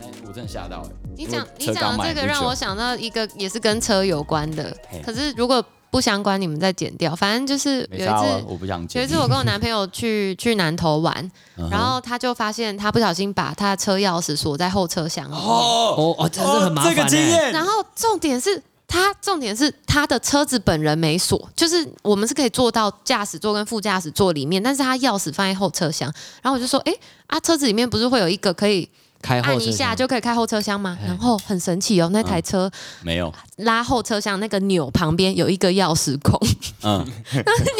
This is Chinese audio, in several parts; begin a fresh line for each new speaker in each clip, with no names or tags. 哎、我真的吓到哎、
你
因为
讲你
车
讲
刚
的
买
这个
不
让
久
我想到一个也是跟车有关的
嘿，
可是如果不相关，你们再剪掉。反正就是
没
有一
差啊
次，，
我不想接。
有一次我跟我男朋友去去南投玩，
嗯哼
然后他就发现他不小心把他的车钥匙锁在后车厢里面
哦，
哦哦，真的很麻烦、欸。
这个经验
然后重点是他，重点是他的车子本人没锁，就是我们是可以坐到驾驶座跟副驾驶座里面，但是他钥匙放在后车厢。然后我就说，哎、啊，车子里面不是会有一个可以
开后
按
车
一下
厢
就可以开后车厢吗？
哎
然后很神奇哦，那
嗯
台车
没有，
拉后车厢那个钮旁边有一个钥匙孔，
嗯，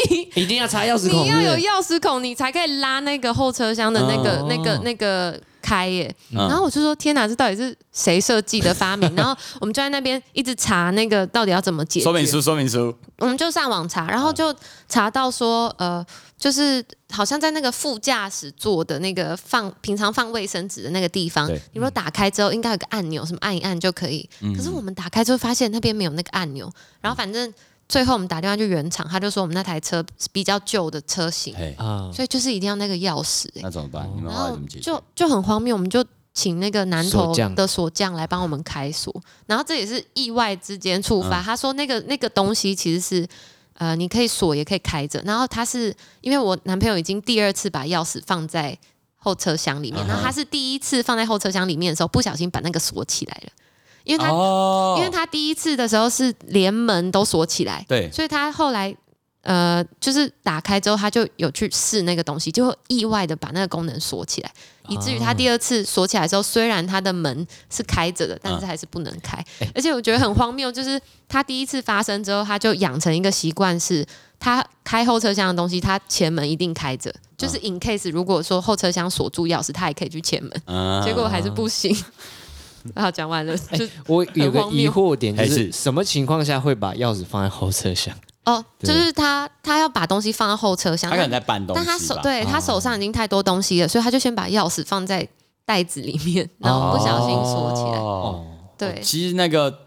你
一定要插钥匙孔，
你要
是
有
不是
钥匙孔，你才可以拉那个后车厢的那个、
哦
那个、那个开耶。
嗯
然后我就说：“天哪，这到底是谁设计的发 明？”然后我们就在那边一直查那个到底要怎么解决。
说明书，说明书，
我们就上网查，然
嗯
后就查到说，呃，就是好像在那个副驾驶座的那个放平常放卫生纸的那个地方，
对嗯
你如果打开之后，应该有个按钮，什么按一按就可以。可是我们打开之后发现那边没有那个按钮，然后反正最后我们打电话去原厂，他就说我们那台车是比较旧的车型，
嘿，
啊，
所以就是一定要那个钥匙、欸
那怎么办？你们
哦然
后来
后
怎么解决
就？就很荒谬，我们就请那个南
锁
头
匠
的锁匠来帮我们开锁，然后这也是意外之间触
嗯
发。他说那个那个东西其实是。呃，你可以锁也可以开着，然后他是因为我男朋友已经第二次把钥匙放在后车厢
嗯
里面，然后他是第一次放在后车厢里面的时候不小心把那个锁起来了，因为他、
哦
因为他第一次的时候是连门都锁起来，
对，
所以他后来呃，就是打开之后，他就有去试那个东西，就意外的把那个功能锁起来，
啊
以至于他第二次锁起来之后，虽然他的门是开着的，
啊
但是还是不能开。
哎
而且我觉得很荒谬，就是他第一次发生之后，他就养成一个习惯是。他开后车厢的东西，他前门一定开着，
啊
就是 in case 如果说后车厢锁住钥匙，他也可以去前门。
嗯
结果还是 不行。 好，讲完了，就
哎
我有个
很荒
疑
谬
惑点就
还
是，
是
什么情况下会把钥匙放在后车厢？
哦，
对
就是他他要把东西放到后车厢，
他可能在搬东西
但
吧，
他手对他手上已经太多东西了，所以他就先把钥匙放在袋子里 面，然后不小心锁起来。
哦，
对，
其实那个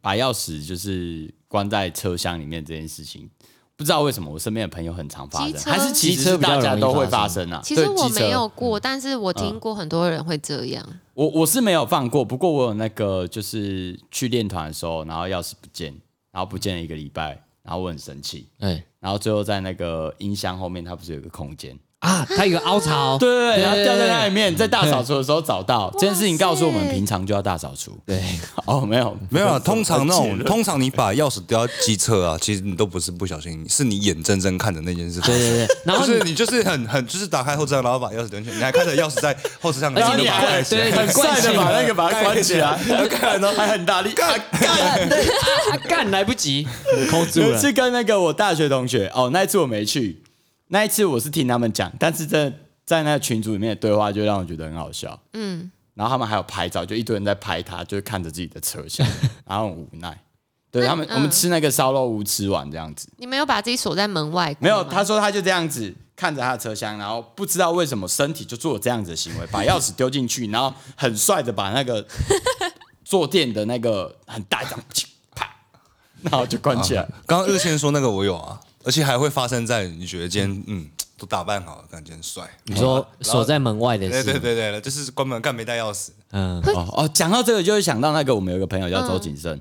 把钥匙就是关在车厢里面这件事情，不知道为什么我身边的朋友很常发生
机，车
还是其实是大家都会发生啊。
其实
对
我没，
机
有
车
过，嗯但是我听过很多人会这样。
我我是没有放过，不过我有那个就是去练团的时候，然后钥匙不见，然后不见了一个礼拜，然后我很生气，
哎
然后最后在那个音箱后面，它不是有一个空间？
啊，它有个凹槽，
对对对，然后掉在那里面，在大扫除的时候找到这件事情，告诉我们平常就要大扫除。
对，
哦，没有
没有啊，通常那种通常你把钥匙丢到机车 啊，其实你都不是不小心，是你眼睁睁看着那件事。
对对 对，然
就
后
是你就是很很就是打开后车厢，然后把钥匙丢进去，你还看着钥匙在后车厢，
然后
你
你
就把
还
它盖起来
对
很帅的把那个把它关起来，
看到
还很大力。
干
啊干来不及，扣住
有一
了，
次跟那个我大学同学，哦，那一次我没去，那一次我是听他们讲，但是在在那个群组里面的对话就让我觉得很好笑。嗯，然后他们还有拍照，就一堆人在拍他，就是看着自己的车 厢，然后很无奈。对他们，我们吃那个烧肉屋吃完这样子，
你没有把自己锁在门外过吗？
没有，他说他就这样子看着他的车厢，然后不知道为什么身体就做了这样子的行为，把钥匙丢进去，然后很帅的把那 个坐垫的那个很大一张啪，然后就关起来。
刚刚日先说那个我有啊，而且还会发生在你觉得今天嗯都打扮好了，感觉很帅。
你说锁在门外的
对
事，
对对对，就是关门干没带钥匙，
嗯，
哦哦，讲到这个就会想到那个我们有一个朋友叫周景胜，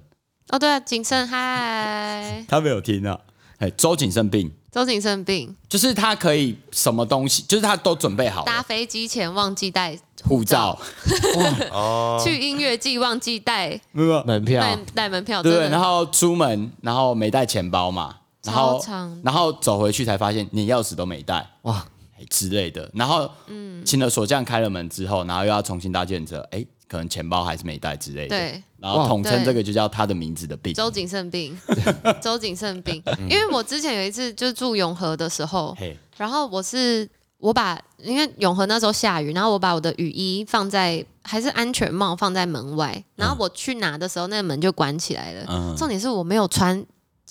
哦，对啊，谨慎嗨，
他没有听啊。哎，周景胜病
周谨慎病，
就是他可以什么东西，就是他都准备好
搭哦
了，
飞机前忘记带，
护照，
去音乐季忘记带
没有
门
带
票
带门票，
对
真
不
的
对？然后出门，然后没带钱包嘛，然后
超长
然后走回去才发现你钥匙都没带，
哇，
哎之类的。然后，嗯，请了锁匠开了门之后，然后又要重新搭建车，哎，可能钱包还是没带之类的。
对。
然后统称
对
这个就叫他的名字的病。
周谨慎 病，周谨慎病，因为我之前有一次就是住永和的时候，
嘿，
然后我是我把因为永和那时候下雨，然后我把我的雨衣放在还是安全帽放在门外，然后我去拿的时候，那个门就关起来了。
嗯
重点是我没有穿。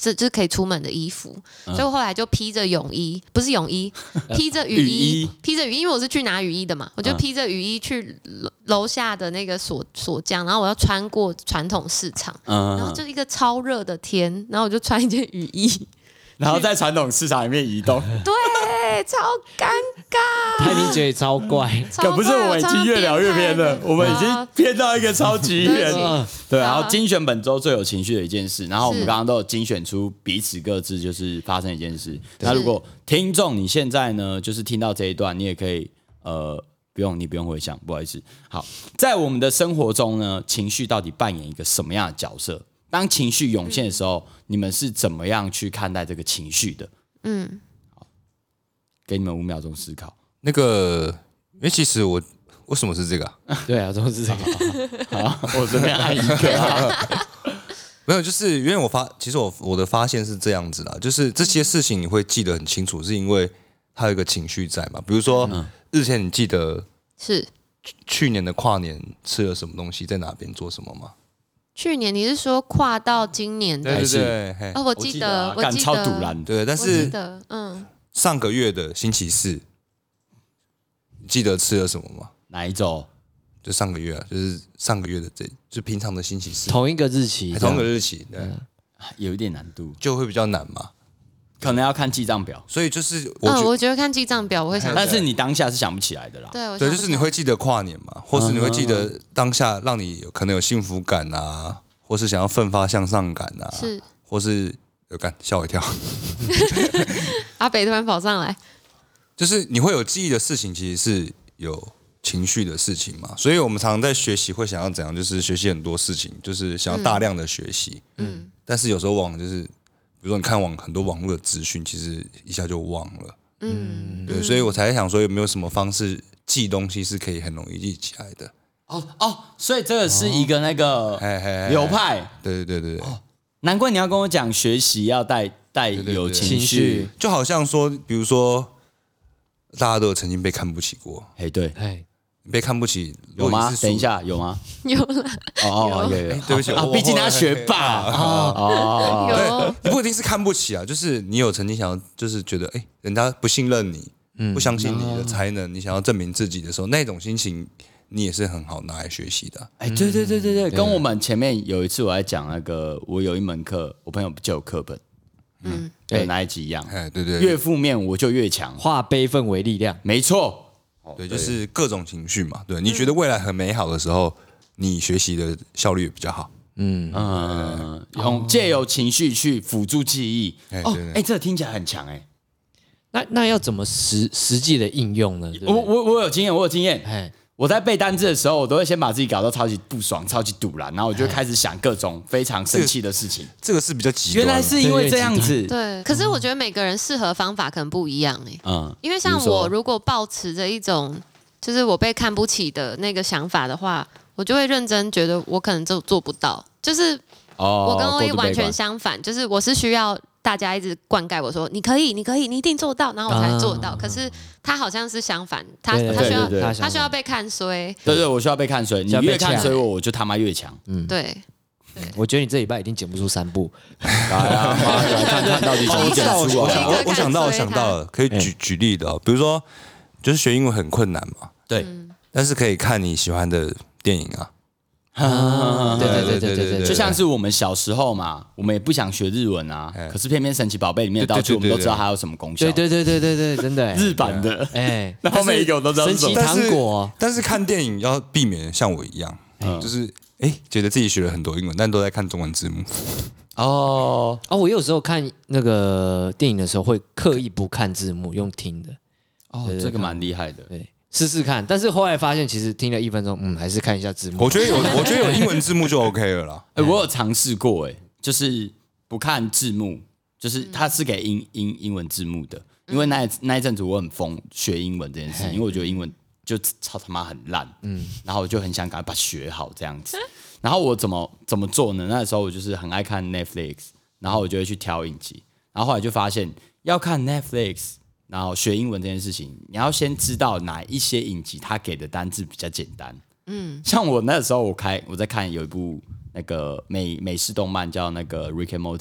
这就是可以出门的衣服，
嗯
所以我后来就披着泳衣，不是 泳衣，披着雨
雨
衣
衣，嗯
披着雨衣，因为我是去拿雨衣的嘛，我就披着雨衣去楼楼下的那个锁锁匠，然后我要穿过传统市场，
嗯，
然后就一个超热的天，然后我就穿一件雨 衣，
然后在传统市场里面移动，
对，超尴尬。
他理解超怪。
可不是，我们已经越聊越偏了，我们已
对
经
啊
偏到一个超级远
对
了。
嗯，
对，
啊
然后精选本周最有情绪的一件事，然后我们
是
刚刚都有精选出彼此各自就是发生一件事。那
是
如果听众你现在呢，就是听到这一段，你也可以呃，不用你不用回想，不好意思。好，在我们的生活中呢，情绪到底扮演一个什么样的角色？当情绪涌现的时候，你们是怎么样去看待这个情绪的？嗯，好，给你们五秒钟思考。
那个，因为其实我为什么是这个、啊？
对啊，总之这个。
好， 我随便按一个啊。
没有，就是因为我发，其实我我的发现是这样子啦，就是这些事情你会记得很清楚，是因为它有一个情绪在嘛。比如说、
嗯
日前你记得
是
去年的跨年吃了什么东西，在哪边做什么吗？
去年你是说跨到今年的？
对
还
对
是
对，嘿
哦，我
我啊
记得，我
干
记
超
得，
堵然的，
对，但
我记
是
得，嗯，
上个月的星期四，你记得吃了什么吗？
哪一种？
就上个月啊，就是上个月的这，就平常的星期四，
同一个嗯日期，
哎同个日期，对，
有一点难
嗯
度，
就会比较难嘛。
可能要看记账表。
所以就是我
嗯，
觉
我觉得看记账表我会想起，
但是你当下是想不起来的啦。
对，我
对，
想
就是
起
你
来
会记得跨年嘛，或是你会记得当下让你有可能有幸福感啊，或是想要奋发向上感啊，
是
或是有感吓我一跳，
阿北突然跑上来，
就是你会有记忆的事情，其实是有情绪的事情嘛。所以我们常常在学习会想要怎样，就是学习很多事情，就是想要大量的学习。嗯，但是有时候往往就是，比如说你看网很多网络的资讯，其实一下就忘了。嗯，对，所以我才想说有没有什么方式记东西是可以很容易记起来的。
哦哦，所以这个是一个那个
嘿嘿嘿
流派，
对对对对对。
难怪你要跟我讲学习要带带
对
有
对
情
情
绪
绪。
就好像说，比如说，大家都有曾经被看不起过，
哎，对，
哎，
被看不起
有吗
如果你是？属
等一，下，有吗？
有啦，
哦哦，有有，
哎
有
对不起
啊，
我
毕竟他学霸哦，
有，
哎 你不一定是看不起啊，就是你有曾经想要，就是觉得哎、人家不信任你，
嗯
不相信你的才能，你想要证明自己的时候，那种心情你也是很好拿来学习的。啊
哎，对对对对对，跟我们前面有一次我在讲那个，我有一门课，我朋友就有课本，嗯，对，
对
哪一集一样，
哎，对对
越
对，
负面我就越强，
化悲愤为力量，
没错，
对，嗯就是各种情绪嘛。对，你觉得未来很美好的时候，你学习的效率也比较好。
嗯，用借由情绪去辅助记忆。
哎
哦
对，对
哎，这听起来很强哎。
那那要怎么实实际的应用呢？对不
我
对
我我有经验，我有经验。
哎，
我在背单字的时候，我都会先把自己搞到超级不爽、超级堵然，然后我就开始想各种非常生气的事情。
这个是比较极
原
端的，
来是因为这样子。
对。可是我觉得每个人适合方法可能不一样欸诶，
嗯，
因为
比
像
如说
我如果抱持着一种就是我被看不起的那个想法的话，我就会认真觉得我可能就做不到，就是
哦
我跟欧一完
过
全
度悲观
相反，就是我是需要大家一直灌溉我说你可以，你可以，你一定做到，然后我才做到。可是他好像是相反，他
对
他需要
啊对对对
他需要被看衰，
对对，我需要被看衰，你
需要被
越看
呛
衰我，我就他妈越强。
对，
我觉得你这礼拜已经剪不出三部，
来啊，妈来看看到底怎么
我
讲
想
出
我
啊
想？
立刻
我我想到我
看衰
想到了，可以举举例的、哦，比如说，就是学英文很困难嘛，
对，
但是可以看你喜欢的电影啊。
对嗯对
对
对对
对对
对，
就像是我们小时候嘛，我们也不想学日文啊，可是偏偏神奇宝贝里面的道具，
对对对
我们都知道
对对
它有什么功效。
对对对对对对，真的，哎
日版的，
哎，
然后每一个我都知道是
神
什
奇
么。
但是
糖果，
但是看电影要避免像我一样，就是哎、诶觉得自己学了很多英文，但都在看中文字幕。
哦，
哦，我有时候看那个电影的时候会刻意不看字幕，用听的，
哦，这个蛮厉害的。
对，试试看。但是后来发现，其实听了一分钟，嗯，还是看一下字幕。
我觉得有，我觉得有英文字幕就 OK 了啦。
哎、我有尝试过、哎，就是不看字幕，就是它是给英英英文字幕的，因为那一那一阵子我很疯学英文这件事，因为我觉得英文就超他妈很烂，嗯，然后我就很想赶快把它学好这样子。然后我怎么怎么做呢？那时候我就是很爱看 Netflix，然后我就会去挑影集，然后后来就发现要看 Netflix。然后学英文这件事情，你要先知道哪一些影集它给的单字比较简单，像我那时候我开我在看有一部那个美美式动漫叫那个《Rick and Morty》。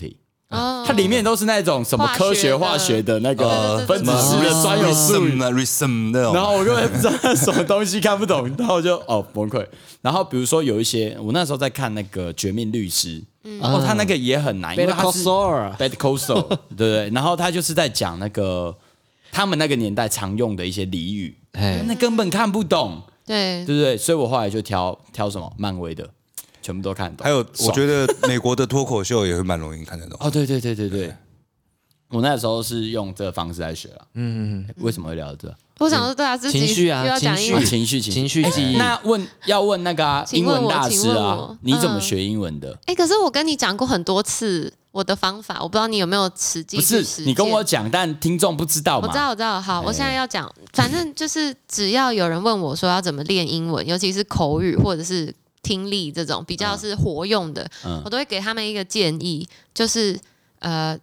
它
哦
里面都是那种什么科学化
化
学
学
的那个
呃
分子式的酸有素语，
啊 r e s o m 那种，
然后我根本不知道什么东西看不懂，然后我就哦崩溃。然后比如说有一些，我那时候在看那个《绝命律师》，哦，他那个也很难，因为
Better
他
Call
是
Saul
Bad c o s o 对不对？然后他就是在讲那个他们那个年代常用的一些俚语，
哎，
那根本看不懂，
对，
对不对？所以我后来就挑挑什么漫威的，全部都看懂。
还有，我
爽
觉得美国的脱口秀也会蛮容易看得懂。
哦，对对对对对，我那时候是用这个方式来学了。嗯嗯，为什么会聊到这？
我想说对啊，自己
情绪啊
又要讲
情
英
绪
啊
文，
情绪
情绪记忆，
那问要问那个啊
请
英
问我
文大师
请问
啊
我，
你怎么
嗯
学英文的？
哎、可是我跟你讲过很多次我的方法，我不知道你有没有实际
不
去
是
实
你跟
践
我讲，但听众不知道哎
我
嘛
知？道，我知道。好，我现在要讲，反正就是只要有人问我说要怎么练英文，尤其是口语或者是听力这种比较是活用的，
嗯
我都会给他们一个建议，就是呃。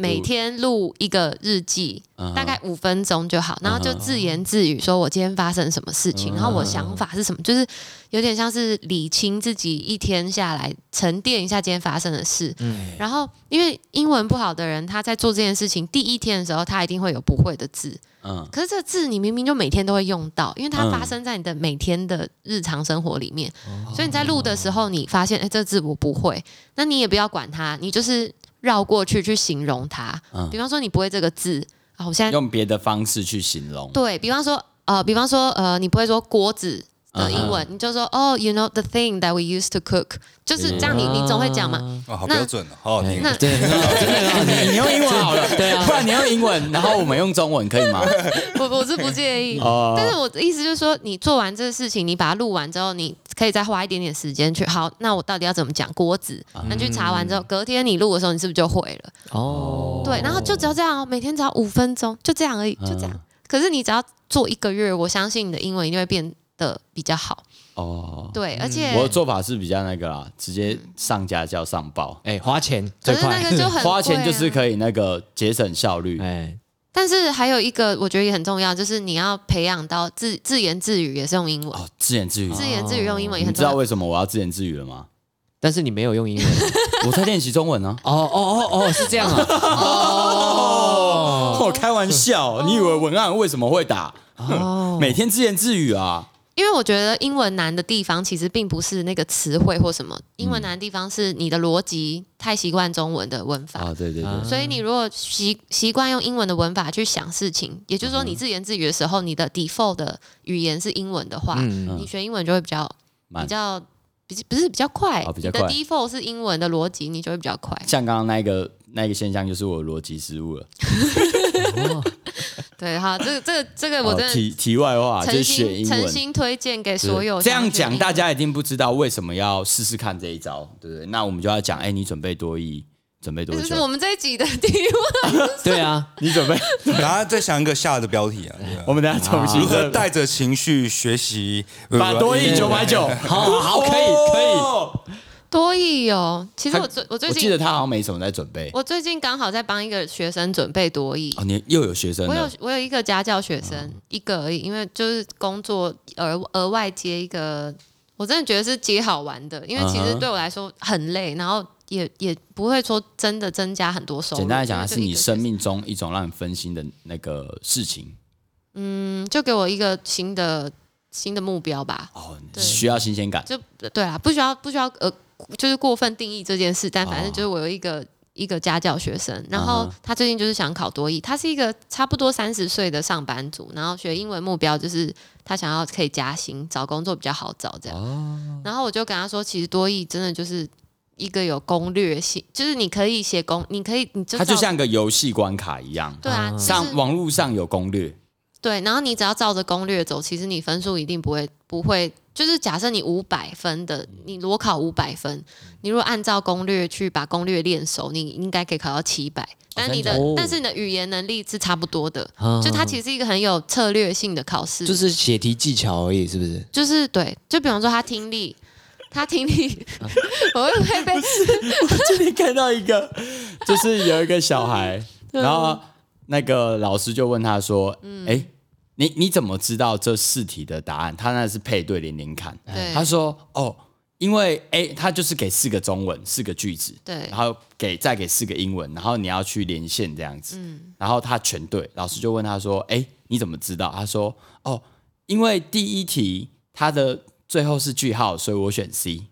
每天录一个日记，
嗯
大概五分钟就好，然后就自言自语，说我今天发生什么事
嗯
情，然后我想法是什么，就是有点像是理清自己一天下来，沉淀一下今天发生的事。然后，因为英文不好的人，他在做这件事情第一天的时候，他一定会有不会的字。
嗯
可是这个字你明明就每天都会用到，因为它
嗯
发生在你的每天的日常生活里面。所以你在录的时候，你发现哎、诶这字我不会，那你也不要管它，你就是绕过去去形容它。
嗯
比方说你不会这个字啊，我现在
用别的方式去形容。
对比方说呃，比方说呃，你不会说锅子。的英文，你就说哦、y o u know the thing that we used to cook，就是这样你，你总会讲嘛。
哦，好标准哦，好好听。
那
对，很好真的很好
你你用英文好了，
对啊
不然你用英文，然后我们用中文可以 吗？
我我是不介意，
哦
但是我的意思就是说，你做完这个事情，你把它录完之后，你可以再花一点点时间去，好，那我到底要怎么讲锅子？那去查完之
嗯
后，隔天你录的时候，你是不是就会了？
哦，
对，然后就只要这样哦，每天只要五分钟，就这样而已，就这
嗯
样。可是你只要做一个月，我相信你的英文一定会变得比较好。
哦，
对，而且
我的做法是比较那个啦，直接上家教上报，
哎，花钱
可
最
是那
快，
个就很
花钱
贵啊
就是可以那个节省效率。
哎，
但是还有一个，我觉得也很重要，就是你要培养到自自言自语也是用英文，
哦，自言自语，
自言自语用英文也
你
很
知
重要
道。为什么我要自言自语了 吗？
但是你没有用英文，
我在练习中文啊。
哦哦哦哦，是这样 啊，
哦，我开玩笑，你以为文案为什么会打？
哦
每天自言自语啊，
因为我觉得英文难的地方其实并不是那个词汇或什么，英文难的地方是你的逻辑太习惯中文的文法，
啊，对对对，
所以你如果习习惯用英文的文法去想事情，也就是说你自言自语的时候，
嗯
你的 default 的语言是英文的话，
嗯
你学英文就会比较
慢
比较比不是比较快，
啊比较
你的
快
default 是英文的逻辑，你就会比较快。
像刚刚那个那个现象，就是我的逻辑失误了。
对，好，这个这个这个我
哦
真的
题题外话，就
诚
是学
心
英文
诚。心推荐给
对
所有
这
想
样
学英
讲，
文
大家一定不知道为什么要试试看这一招，对不对？那我们就要讲，哎，你准备多一，准备多
这是我
久？
们这一集的 题目。
对啊，
你准备？
然后再想一个下的标题啊，对啊
我们等一下重新
如何
再
带着情绪学习？
把多一九百九，好好好，可以可以。
以。
多益哦，其实我最我最
我记得
近
他好像没什么在准备。
我最近刚好在帮一个学生准备多益。
哦，你又有学生
我有
了，
我有一个家教学生，一个而已，因为就是工作额额外接一个，我真的觉得是接好玩的，因为其
嗯
实
哼
对我来说很累，然后也也不会说真的增加很多收入。
简单来讲，它
就是一个
你
学
生
生
命中一种让你分心的那个事情。
嗯就给我一个新的新的目标吧，
哦，
对
需要新鲜感。
就对啊，不需要不需要呃，就是过分定义这件事，但反正就是我有一个、一个家教学生，然后他最近就是想考多艺，他是一个差不多三十岁的上班族，然后学英文目标就是他想要可以加薪，找工作比较好找这样。然后我就跟他说，其实多艺真的就是一个有攻略性，就是你可以写攻，你可以你就
它就
照
像个游戏关卡一样，
对啊，就是
上网络上有攻略，
对，然后你只要照着攻略走，其实你分数一定不会不会，就是假设你五百分的，你裸考五百分，你如果按照攻略去把攻略练熟，你应该可以考到七百。但你的、
真假的
但是你的语言能力是差不多的，
啊
就它其实是一个很有策略性的考试，
就是写题技巧而已，是不是？
就是对，就比方说他听力。他听力，我会不会被
今天看到一个，就是有一个小 孩，
啊
然后那个老师就问他说：“
嗯
哎、你你怎么知道这四题的答案？他那是配对连连看。
对
他说：哦，因为哎，他就是给四个中文，四个句子，
对
然后给再给四个英文，然后你要去连线这样子。
嗯
然后他全对，老师就问他说：哎，你怎么知道？他说：哦，因为第一题它的最后是句号，所以我选 C。”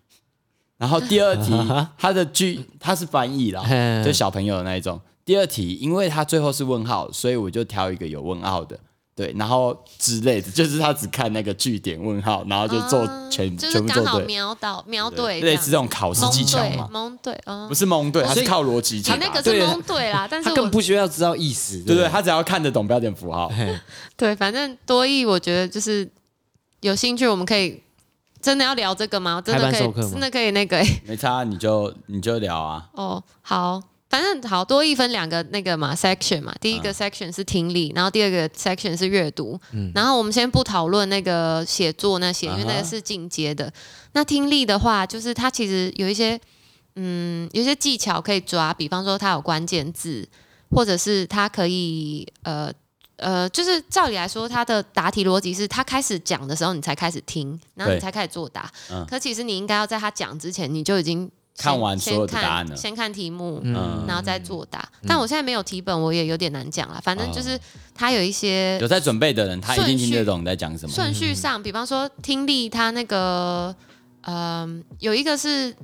然后第二题，他的句他是翻译啦，
嗯
就小朋友的那一种。第二题，因为它最后是问号，所以我就挑一个有问号的，对，然后之类的，就是他只看那个句点问号，然后就做全、
啊就
哎全
是
部
刚好
做对，
瞄到瞄对，
类似这种考试
蒙
技巧
对
嘛，
蒙对啊，
不是蒙对，它
所
是
以
靠逻辑解
啊
答的，
那个
对
是蒙对啦，但是
他
我
更不需要知道意思，
对
不
对，他只要看得懂标点符号，
嘿
对，反正多益我觉得就是有兴趣，我们可以真的要聊这个吗？真的
开班
可
授课
以，
吗
真的可以那个、欸、
没差啊你就你就聊啊，
哦，好。反正好多一分两个那个嘛 section 嘛，第一
嗯
个 section 是听力，然后第二个 section 是阅读，然后我们先不讨论那个写作那些，因为那
啊
个
哈
是进阶的。那听力的话，就是它其实有一些嗯，有一些技巧可以抓，比方说它有关键字，或者是它可以呃呃，就是照理来说，它的答题逻辑是他开始讲的时候，你才开始听，然后你
对
才开始作答。
嗯
可其实你应该要在他讲之前，你就已经先
看完所有的
先看
答案了
先看题目，
嗯
然后再作答。但我现在没有题本，我也有点难
嗯
讲了。反正就是它有一些
有在准备的人，他一定
顺
听
序
得懂你在讲什么，
顺序上，比方说听力，他那个，嗯、有一个是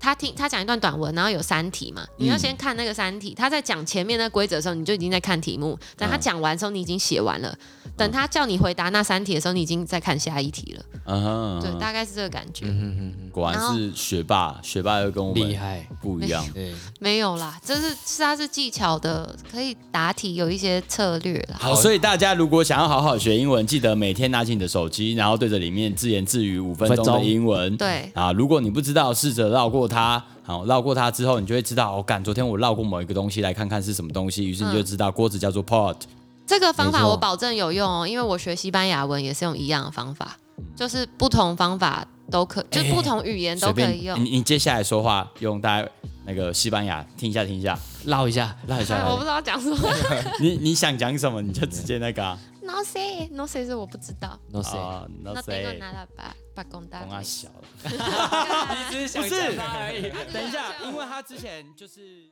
他听他讲一段短文，然后有三题嘛，
嗯
你要先看那个三题。他在讲前面那规则的时候，你就已经在看题目；等
嗯
他讲完的时候，你已经写完了；等他叫你回答那三题的时候，你已经在看下一题了。
嗯哼，
对，大概是这个感觉。
果然是学霸，学霸又跟我
厉
们
害，
不一 样，
对，
没有啦，这是是它是技巧的，可以答题有一些策略啦。
好，所以大家如果想要好好学英文，记得每天拿起你的手机，然后对着里面自言自语五分钟
分
的
钟
英文。
对
啊，如果你不知道，试着绕过它。好，绕过它之后，你就会知道，我、哦、干，昨天我绕过某一个东西，来看看是什么东西。于是
嗯
你就知道锅子叫做 pot。
这个方
没
法
错
我保证有用哦，因为我学西班牙文也是用一样的方法，
嗯
就是不同方法都可，就不同语言
哎随
都可
便
以用。
你，你接下来说话用大家那个西班牙听一下，听 一下，
绕一下，
绕一下 啊
哎，我
来
不。知道讲什么
你你想讲什么，你就直接那个啊。
，no say no say 是我不知道
，no say，
啊，no
，no
say，
tengo nada para para
懂
contar
啊小了。
只是
不
想
是，
讲
等一下，因为他之前就是。